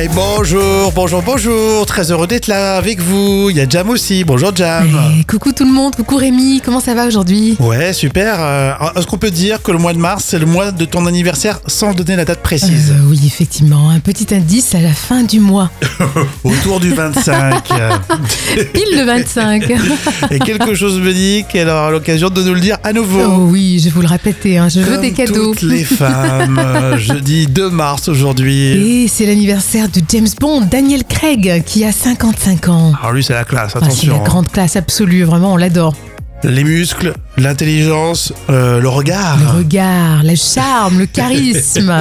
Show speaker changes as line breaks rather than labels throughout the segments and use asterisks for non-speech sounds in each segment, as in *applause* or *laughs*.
Et bonjour, bonjour, bonjour. Très heureux d'être là avec vous. Il y a Jam aussi. Bonjour Jam.
Eh, coucou tout le monde, coucou Rémi, comment ça va aujourd'hui
Ouais, super. Euh, Est-ce qu'on peut dire que le mois de mars, c'est le mois de ton anniversaire sans donner la date précise
Euh, Oui, effectivement, un petit indice à la fin
*laughs*
du mois, Euh.
Autour du
*laughs*
25. euh,
pile le 25.
et quelque chose me dit qu'elle aura l'occasion de nous le dire à nouveau.
oh oui, je vais vous le répéter, hein, je veux
Comme
des cadeaux.
Toutes les femmes,
*laughs*
euh, jeudi 2 mars aujourd'hui.
Et c'est l'anniversaire de James Bond, Daniel Craig, qui a 55 ans.
Alors lui, c'est la classe,
Ah, c'est
attention. hein.
la grande classe absolue, vraiment, on l'adore.
Les muscles, l'intelligence, euh, le regard.
Le regard, le charme, le
*laughs*
charisme.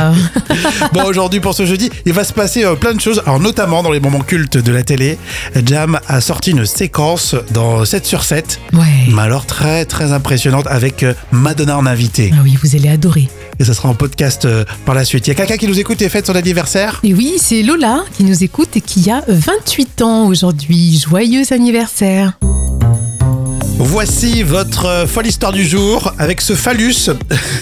Bon, aujourd'hui, pour ce jeudi, il va se passer euh, plein de choses. Alors, notamment dans les moments cultes de la télé, Jam a sorti une séquence dans 7 sur 7,
Ouais.
mais alors très, très impressionnante, avec euh, Madonna en invité.
Ah oui, vous allez adorer.
Et ça sera en podcast euh, par la suite. Il y a quelqu'un qui nous écoute et fête son anniversaire
Et oui, c'est Lola qui nous écoute et qui a 28 ans aujourd'hui. Joyeux anniversaire.
Voici votre euh, folle histoire du jour avec ce phallus.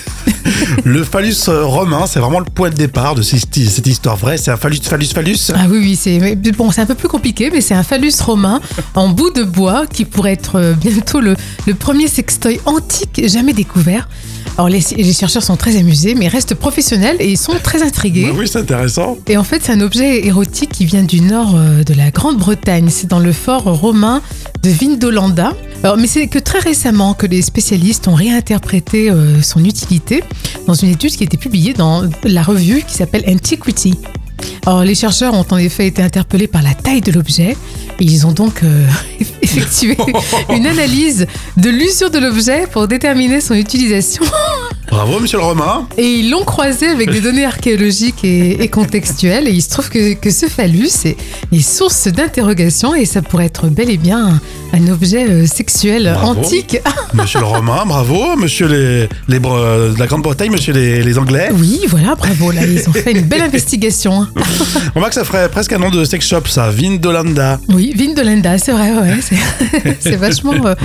*laughs* le phallus euh, romain, c'est vraiment le point de départ de cette histi- cette histoire vraie. C'est un phallus, phallus, phallus.
Ah oui, oui, c'est mais bon, c'est un peu plus compliqué, mais c'est un phallus romain *laughs* en bout de bois qui pourrait être euh, bientôt le, le premier sextoy antique jamais découvert. Alors les, les chercheurs sont très amusés, mais restent professionnels et ils sont très intrigués.
Bah oui, c'est intéressant.
Et en fait, c'est un objet érotique qui vient du nord euh, de la Grande-Bretagne. C'est dans le fort romain de Vindolanda. Alors, mais c'est que très récemment que les spécialistes ont réinterprété euh, son utilité dans une étude qui a été publiée dans la revue qui s'appelle Antiquity. Alors, les chercheurs ont en effet été interpellés par la taille de l'objet et ils ont donc euh, *laughs* effectué une analyse de l'usure de l'objet pour déterminer son utilisation
Bravo, monsieur le romain.
et ils l'ont croisé avec des données archéologiques et, et contextuelles. Et il se trouve que, que ce phallus est, est source d'interrogation et ça pourrait être bel et bien un, un objet euh, sexuel
Bravo.
antique. Ah,
Monsieur le Romain, bravo. Monsieur les, les Bre- euh, de la Grande-Bretagne, monsieur les, les Anglais.
oui, voilà, bravo, là, ils ont fait une belle investigation. hein.
On voit que ça ferait presque un nom de sex shop, ça. Vindolanda.
Oui, Vindolanda, c'est vrai, ouais, c'est- *laughs* c'est vachement. euh,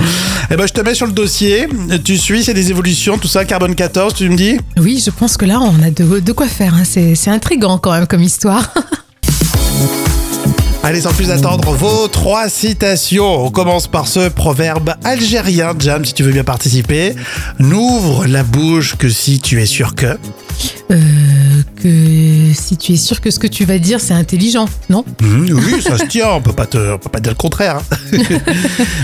Eh ben, je te mets sur le dossier. Tu suis, c'est des évolutions, tout ça, carbone 14, tu me dis
Oui, je pense que là, on a de, de quoi faire. hein. C'est c'est intriguant quand même comme histoire.
Allez, sans plus attendre, vos trois citations. On commence par ce proverbe algérien, Jam, si tu veux bien participer. N'ouvre la bouche que si tu es sûr que.
Euh, que si tu es sûr que ce que tu vas dire, c'est intelligent, non
Mmh, oui, ça se tient, on peut pas te, on peut pas dire le contraire.
*laughs*
hein.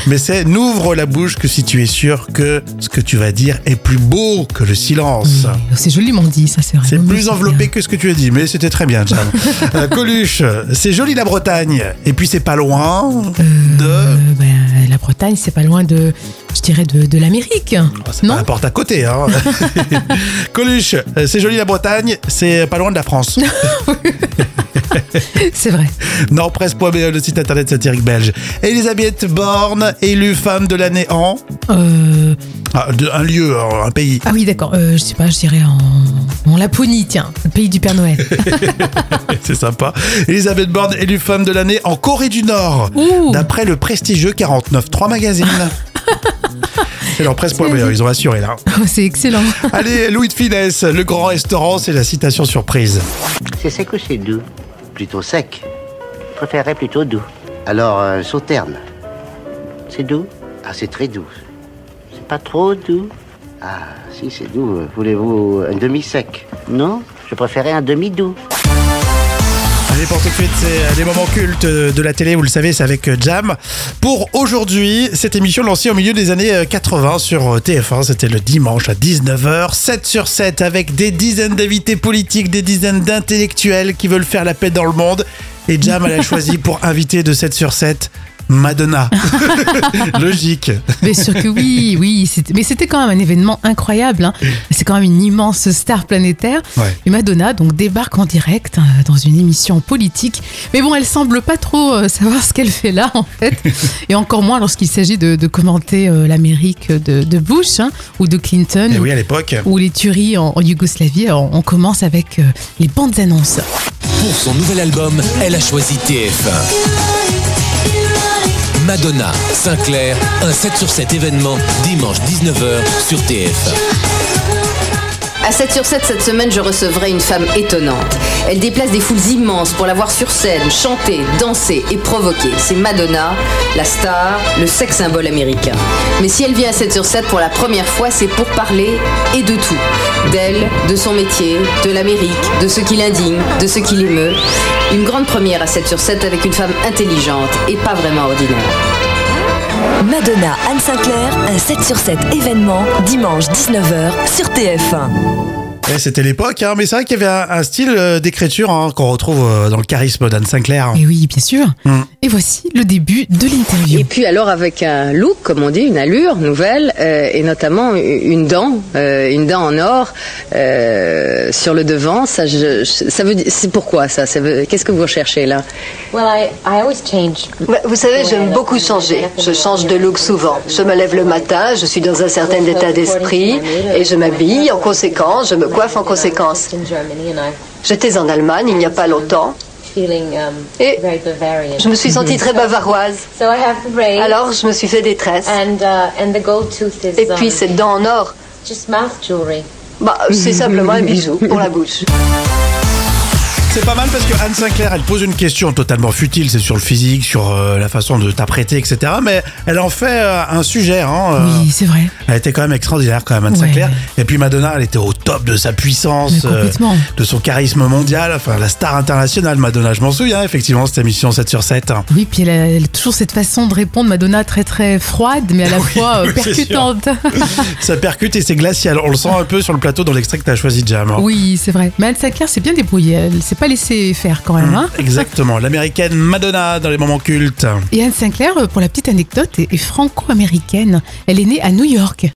Mais c'est n'ouvre la bouche que si tu es sûr que ce que tu vas dire est plus beau que le silence.
Oui, C'est joliment dit, ça, c'est vrai.
C'est
Oui,
plus
Mmh. Ah, c'est
enveloppé que ce que tu as dit, mais c'était très bien,
*laughs*
Jam. Euh, Coluche, c'est joli la Bretagne, et puis c'est pas loin
Euh,
de.
ben, la Bretagne, c'est pas loin de, je dirais, de, de l'Amérique.
Oh, c'est pas
non
la porte à côté, hein. Coluche, euh, c'est joli la Bretagne, c'est pas loin de la France.
*laughs* *laughs* C'est vrai.
Nordpresse.be, E, le site internet satirique belge. Elisabeth Borne, élue femme de l'année en.
Euh,
Ah, de- un lieu, un pays.
ah oui, d'accord. Euh, je sais pas, je dirais en, en Laponie, tiens, le pays du Père Noël.
C'est sympa. Elisabeth Borne élue femme de l'année en Corée du Nord.
*laughs* Ouh.
D'après le prestigieux 49.3 magazine. C'est leur presse point meilleur, ils ont assuré là.
Oh, *laughs* c'est *laughs* excellent.
Allez, Louis de Finesse, le grand restaurant, c'est la citation surprise.
C'est sec ou c'est doux Plutôt sec. Je préférerais plutôt doux. Alors, euh, sauterne. C'est doux Ah, c'est très doux. C'est pas trop doux Ah, si, c'est doux. Voulez-vous un demi-sec Non Je préférais un demi-doux.
Allez, pour tout de suite, c'est euh, les moments cultes euh, de la télé, vous le savez, c'est avec euh, Jam. Pour aujourd'hui, cette émission lancée au milieu des années euh, 80 sur euh, TF1, c'était le dimanche à 19h, 7 sur 7, avec des dizaines d'invités politiques, des dizaines d'intellectuels qui veulent faire la paix dans le monde. Et Jam, elle a choisi pour inviter de 7 sur 7 Madonna. *laughs* Logique.
Bien sûr que oui, oui. c'était- Mais c'était quand même un événement incroyable. hein. C'est quand même une immense star planétaire.
Ouais.
Et Madonna donc débarque en direct euh, dans une émission politique. Mais bon, elle semble pas trop euh, savoir ce qu'elle fait là en fait. *laughs* Et encore moins lorsqu'il s'agit de, de commenter euh, l'Amérique de, de Bush hein, ou de Clinton.
Et
ou-
oui, à l'époque.
ou les tueries en, en Yougoslavie, Alors, on commence avec euh, les bandes annonces.
Pour son nouvel album, elle a choisi TF1. Madonna, Sinclair, un 7 sur 7 événement, dimanche 19h sur TF1.
À 7 sur 7, cette semaine, je recevrai une femme étonnante. Elle déplace des foules immenses pour la voir sur scène, chanter, danser et provoquer. C'est Madonna, la star, le sex symbole américain. Mais si elle vient à 7 sur 7 pour la première fois, c'est pour parler et de tout. D'elle, de son métier, de l'Amérique, de ce qui l'indigne, de ce qui l'émeut. Une grande première à 7 sur 7 avec une femme intelligente et pas vraiment ordinaire.
Madonna Anne Sinclair, un 7 sur 7 événement, dimanche 19h sur TF1.
Ouais, C'était l'époque, hein, mais c'est vrai qu'il y avait un, un style euh, d'écriture hein, qu'on retrouve euh, dans le charisme d'Anne Sinclair.
Et oui, bien sûr.
Mm.
Et voici le début de
Et
l'interview.
puis alors avec un look, comme on dit, une allure nouvelle, euh, et notamment une dent, euh, une dent en or euh, sur le devant. Ça, je- je- ça veut dire, c'est pourquoi ça, ça veut- Qu'est-ce que vous recherchez là
Well, I, I always change.
Bah, Vous savez, j'aime beaucoup changer. Je change de look souvent. Je me lève le matin, je suis dans un certain état d'esprit et je m'habille en conséquence, je me coiffe en conséquence.
In Germany, and I'm
J'étais en Allemagne il n'y a pas longtemps.
feeling um,
Et-
very Bavarian.
Je me suis sentie très bavaroise.
So I have the braid,
Alors, je me suis fait des tresses.
and uh, and the gold tooth is
Et
um,
puis, cette dent en or,
just mouth jewelry.
bah, c'est simplement un bijou pour la bouche.
C'est pas mal parce que Anne Sinclair, elle pose une question totalement futile, c'est sur le physique, sur euh, la façon de t'apprêter, etc. Mais elle en fait euh, un sujet. Hein, euh,
Oui, c'est vrai.
Elle était quand même extraordinaire, quand même, Anne
Ouais.
Sinclair. Et puis Madonna, elle était au top de sa puissance, euh,
Mais complètement.
de son charisme mondial, enfin la star internationale, Madonna. Je m'en souviens, effectivement, cette émission 7 sur hein. 7.
Oui, puis elle a, elle a toujours cette façon de répondre, Madonna, très très froide, mais à
*laughs*
la
Oui,
fois euh,
oui, c'est sûr.
percutante.
Ça percute et c'est glacial. On le sent un peu sur le plateau dans l'extrait que t'as choisi, Jam.
oui, c'est vrai. Mais Anne Sinclair s'est bien débrouillée. Elle s'est pas laissée faire quand
Mm.
même. hein.
Exactement, l'américaine Madonna dans les moments cultes.
Et Anne Sinclair, euh, pour la petite anecdote, est, est franco-américaine. Elle est née à New York.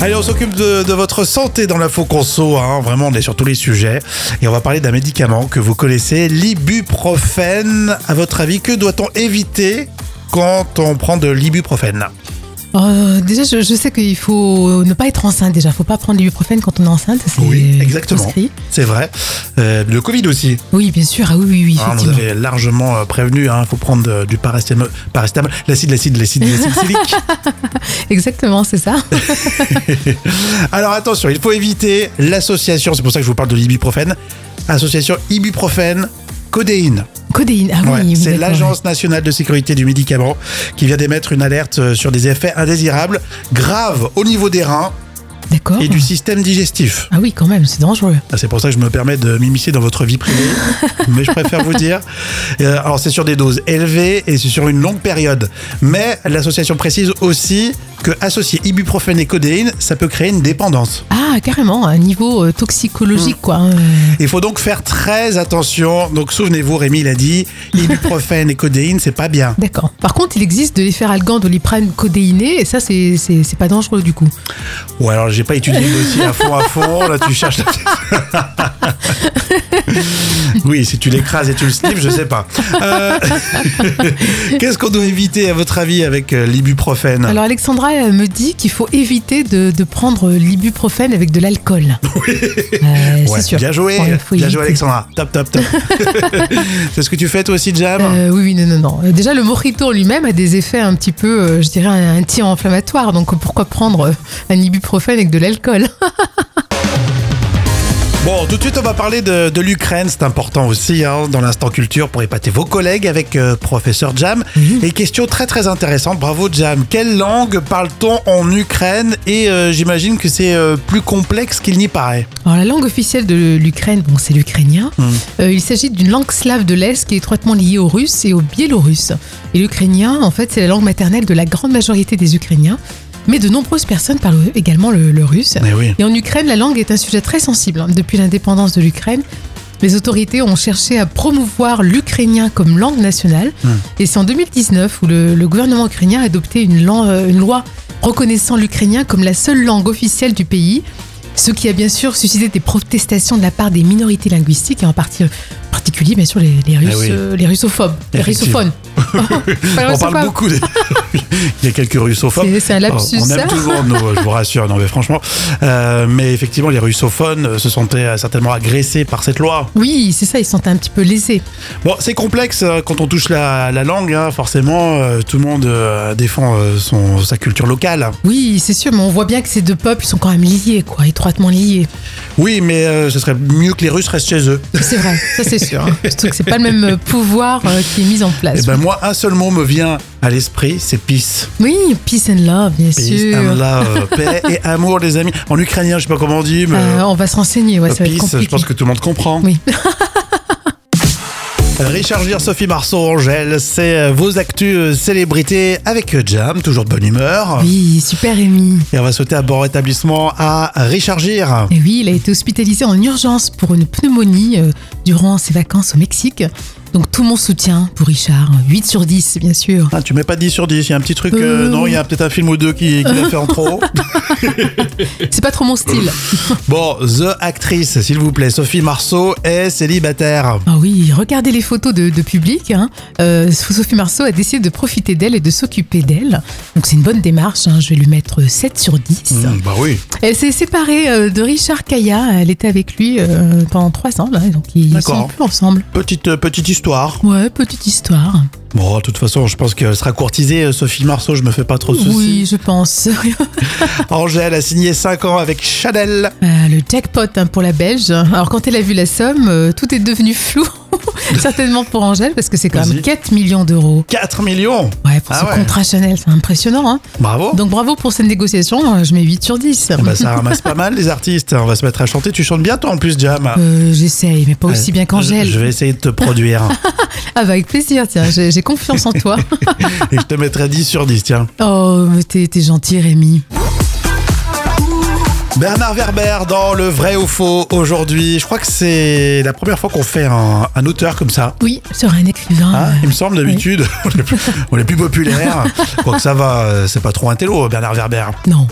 Allez, on s'occupe de, de votre santé dans l'info conso. hein. Vraiment, on est sur tous les sujets. Et on va parler d'un médicament que vous connaissez, l'ibuprofène. À votre avis, que doit-on éviter quand on prend de l'ibuprofène
Euh, déjà, je, je sais qu'il faut ne pas être enceinte. Déjà, faut pas prendre l'ibuprofène quand on est enceinte. ça, c'est
Oui, exactement.
proscrit.
C'est vrai. Euh, le Covid aussi.
Oui, bien sûr. Ah oui, oui, oui.
hein, on nous
effectivement.
avait largement euh, prévenu. Il faut prendre euh, du paracétamol, paracétamol, l'acide, l'acide, l'acide, l'acide silique.
Exactement,
*laughs*
c'est ça.
Alors attention, il faut éviter l'association. C'est pour ça que je vous parle de l'ibuprofène. Association ibuprofène. Codéine,
Codéine. Ah oui,
Ouais,
oui,
c'est
d'accord,
l'Agence nationale de sécurité du médicament qui vient d'émettre une alerte euh, sur des effets indésirables graves au niveau des reins
ouais. D'accord.
et du système digestif.
Ah oui, quand même, c'est dangereux.
Ah, C'est pour ça que je me permets de m'immiscer dans votre vie privée, mais je préfère vous dire. Euh, alors, c'est sur des doses élevées et c'est sur une longue période. Mais l'association précise aussi que associer ibuprofène et codéine, ça peut créer une dépendance.
Ah, carrément, un niveau euh,
Mm.
toxicologique, quoi. hein.
Il faut donc faire très attention. Donc, souvenez-vous, Rémi l'a dit, ibuprofène et codéine, c'est pas bien.
D'accord. Par contre, il existe de l'efferalgan, doliprane codéiné, et ça, c'est- c'est c'est pas dangereux du coup.
Ou alors j'ai pas étudié le dossier à fond à fond, là tu cherches.
*laughs*
oui, si tu l'écrases et tu le slips, je sais pas. Euh, *laughs* Qu'est-ce qu'on doit éviter à votre avis avec euh, l'ibuprofène
Alors, Alexandra euh, me dit qu'il faut éviter de, de prendre euh, l'ibuprofène avec
*laughs*
de l'alcool. Euh,
Ouais,
c'est sûr.
Bien joué,
Ouais, faut
bien
éviter.
joué Alexandra. Top, top,
*laughs*
top. C'est ce que tu fais toi aussi, Jam
Euh, oui, oui, non, non, non. Euh, Déjà, le mojito en lui-même a des effets un petit peu, euh, je dirais, anti-inflammatoires. Donc, pourquoi prendre euh, un ibuprofène avec de l'alcool
Bon, tout de suite, on va parler de, de l'Ukraine. C'est important aussi hein, dans l'instant culture pour épater vos collègues avec euh, professeur Jam. Et question très très intéressante. Bravo Jam. Quelle langue parle-t-on en Ukraine Et euh, j'imagine que c'est euh, plus complexe qu'il n'y paraît.
Alors, la langue officielle de l'Ukraine, bon, c'est l'ukrainien. Euh, il s'agit d'une langue slave de l'Est qui est étroitement liée au russe et au biélorusse. Et l'ukrainien, en fait, c'est la langue maternelle de la grande majorité des Ukrainiens. Mais de nombreuses personnes parlent également le, le russe.
Mais Eh oui.
Et en Ukraine, la langue est un sujet très sensible. hein. Depuis l'indépendance de l'Ukraine, les autorités ont cherché à promouvoir l'ukrainien comme langue nationale.
Hmm.
Et c'est en 2019 où le, le gouvernement ukrainien a adopté une, lan- euh, une loi reconnaissant l'ukrainien comme la seule langue officielle du pays. Ce qui a bien sûr suscité des protestations de la part des minorités linguistiques, et en parti- particulier particulier, bien sûr, les, les Russes,
Ah oui.
euh, les russophobes, les
Effectivement.
russophones. *laughs* Pas
*laughs* On
russophobes.
parle beaucoup des... *laughs* Il y a quelques russophobes.
C'est- c'est un lapsus,
On aime
ça.
toujours nos, je vous rassure, non mais franchement. Euh, mais effectivement, les russophones se sentaient euh, certainement agressés par cette loi.
Oui, c'est ça, ils se sentaient un petit peu lésés.
Bon, c'est complexe euh, quand on touche la, la langue, hein, forcément. euh, tout le monde euh, défend euh, son, sa culture locale.
Oui, c'est sûr, mais on voit bien que ces deux peuples, ils sont quand même liés, quoi, étroitement liés.
Oui, mais euh, ce serait mieux que les Russes restent chez eux.
C'est vrai, ça c'est
*laughs*
sûr. hein. Surtout que c'est pas le même euh, pouvoir euh, qui est mis en place.
Et ben moi, un seul mot me vient à l'esprit, c'est peace.
Oui, peace and love, bien
Peace
sûr. *laughs*
and love, paix et amour, les amis. En ukrainien, je sais pas comment on dit, mais
Euh, on va se renseigner, ouais,
euh,
ça va être
peace,
compliqué.
je pense que tout le monde comprend.
Oui.
*laughs* Richard Gere, Sophie Marceau, Angèle, c'est euh, vos actus euh, célébrités avec Jam, toujours de bonne humeur.
Oui, super Rémi.
Et on va souhaiter un bon rétablissement à Richard Gere.
Et oui, il a été hospitalisé en urgence pour une pneumonie euh, durant ses vacances au Mexique. Donc tout mon soutien pour Richard, 8 sur 10 bien sûr.
Ah, tu mets pas 10 sur 10, il y a un petit truc, euh,
Euh,
non, il y a peut-être un film ou deux qui, qui l'a fait en
*laughs*
trop.
C'est pas trop mon style.
Bon, The Actrice, s'il vous plaît, Sophie Marceau est célibataire.
Ah oui, regardez les photos de, de public. hein. Euh, Sophie Marceau a décidé de profiter d'elle et de s'occuper d'elle. Donc c'est une bonne démarche, hein. je vais lui mettre 7 sur 10.
Hmm, bah oui.
Elle s'est séparée euh, de Richard Kaya, elle était avec lui euh, pendant 3 ans, là, donc ils
D'accord.
sont plus ensemble.
Petite, euh, petite histoire.
Ouais, petite histoire.
Bon, de toute façon, je pense qu'elle sera courtisée, euh, Sophie Marceau, je me fais pas trop de soucis.
Oui, je pense. *laughs* Euh,
Angèle a signé 5 ans avec Chanel.
Ah, le jackpot hein, pour la Belge. Alors quand elle a vu la somme, euh, tout est devenu flou. *laughs* Certainement pour Angèle, parce que c'est quand
Vas-y.
même 4 millions d'euros.
4 millions
Ouais, pour
Ah
ce
ouais.
contrat Chanel, c'est impressionnant. hein.
Bravo
Donc bravo pour cette négociation, euh, je mets 8 sur 10.
Ah bah, ça ramasse pas mal les artistes. On va se mettre à chanter. Tu chantes bien toi en plus, Jam.
Euh, J'essaye, mais pas aussi bien
eh, Je- Je
qu'Angèle.
vais essayer de te
*laughs*
produire
Ah bah avec plaisir, tiens, j'ai j'ai confiance
*laughs*
en toi. *laughs*
et je te mettrai 10 sur 10, tiens.
Oh, mais t'es t'es gentil Rémi.
Bernard Werber dans Le Vrai ou Faux aujourd'hui. Je crois que c'est la première fois qu'on fait un, un auteur comme ça.
Oui, sur un écrivain.
Hein,
euh,
il me semble d'habitude, *laughs* on est plus- on est plus populaire. Quoique ça va, euh, c'est pas trop un télo, Bernard Werber.
Non.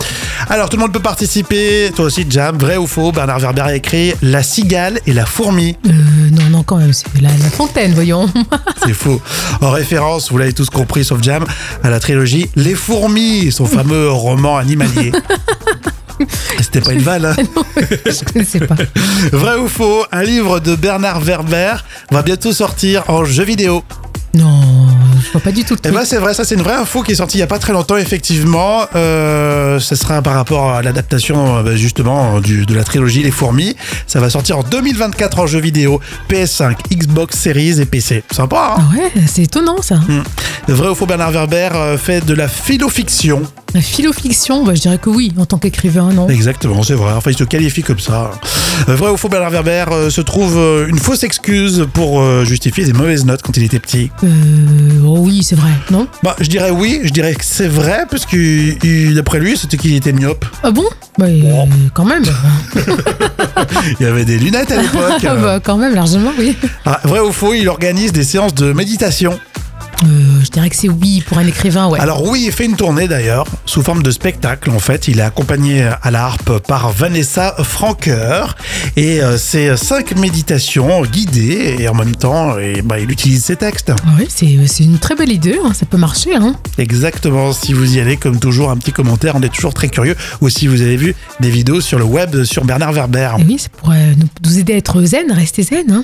Alors tout le monde peut participer, toi aussi Jam, vrai ou faux, Bernard Werber a écrit La cigale et la fourmi.
Euh, non, non, quand même, c'est la, la fontaine, voyons. *laughs*
C'est faux. En référence, vous l'avez tous compris, sauf Jam, à la trilogie Les Fourmis, son fameux roman animalier. C'était pas une vanne. hein.
je ne sais pas.
Vrai ou faux, un livre de Bernard Werber va bientôt sortir en jeu vidéo.
Non, je vois pas du tout le
Eh
truc.
ben c'est vrai, ça c'est une vraie info qui est sortie il y a pas très longtemps effectivement. Euh, ce sera par rapport à l'adaptation euh, bah, justement du, de la trilogie Les Fourmis. Ça va sortir en 2024 en jeu vidéo, PS5, Xbox Series et PC. Sympa. Hein
Ah ouais, c'est étonnant ça.
Hmm. vrai ou faux, Bernard Werber euh, fait de la philofiction.
La philofiction, bah, je dirais que oui, en tant qu'écrivain, non.
Exactement, c'est vrai. Enfin, il se qualifie comme ça. Euh, Vrai ou faux, Bernard Werber euh, se trouve euh, une fausse excuse pour euh, justifier des mauvaises notes quand il était petit.
Euh, oh oui, c'est vrai, non
Bah, je dirais oui, je dirais que c'est vrai, parce que il- d'après lui, c'était qu'il était myope.
Ah bon bah, euh,
Bon. *laughs*
Quand même.
Il avait des lunettes *laughs* à l'époque. Euh,
Ah bah, quand même, largement, oui.
Ah, vrai ou faux, il organise des séances de méditation.
Euh, je dirais que c'est oui pour un écrivain, ouais.
Alors oui, il fait une tournée d'ailleurs, sous forme de spectacle en fait. Il est accompagné à la harpe par Vanessa Franqueur. Et euh, c'est cinq méditations guidées, et en même temps, et, bah, il utilise ses textes.
Ah ouais, c'est c'est une très belle idée, hein, ça peut marcher. Hein.
Exactement, si vous y allez, comme toujours, un petit commentaire, on est toujours très curieux. Ou si vous avez vu des vidéos sur le web sur Bernard Werber.
Et oui, ça pourrait nous, nous aider à être zen, rester zen. Hein.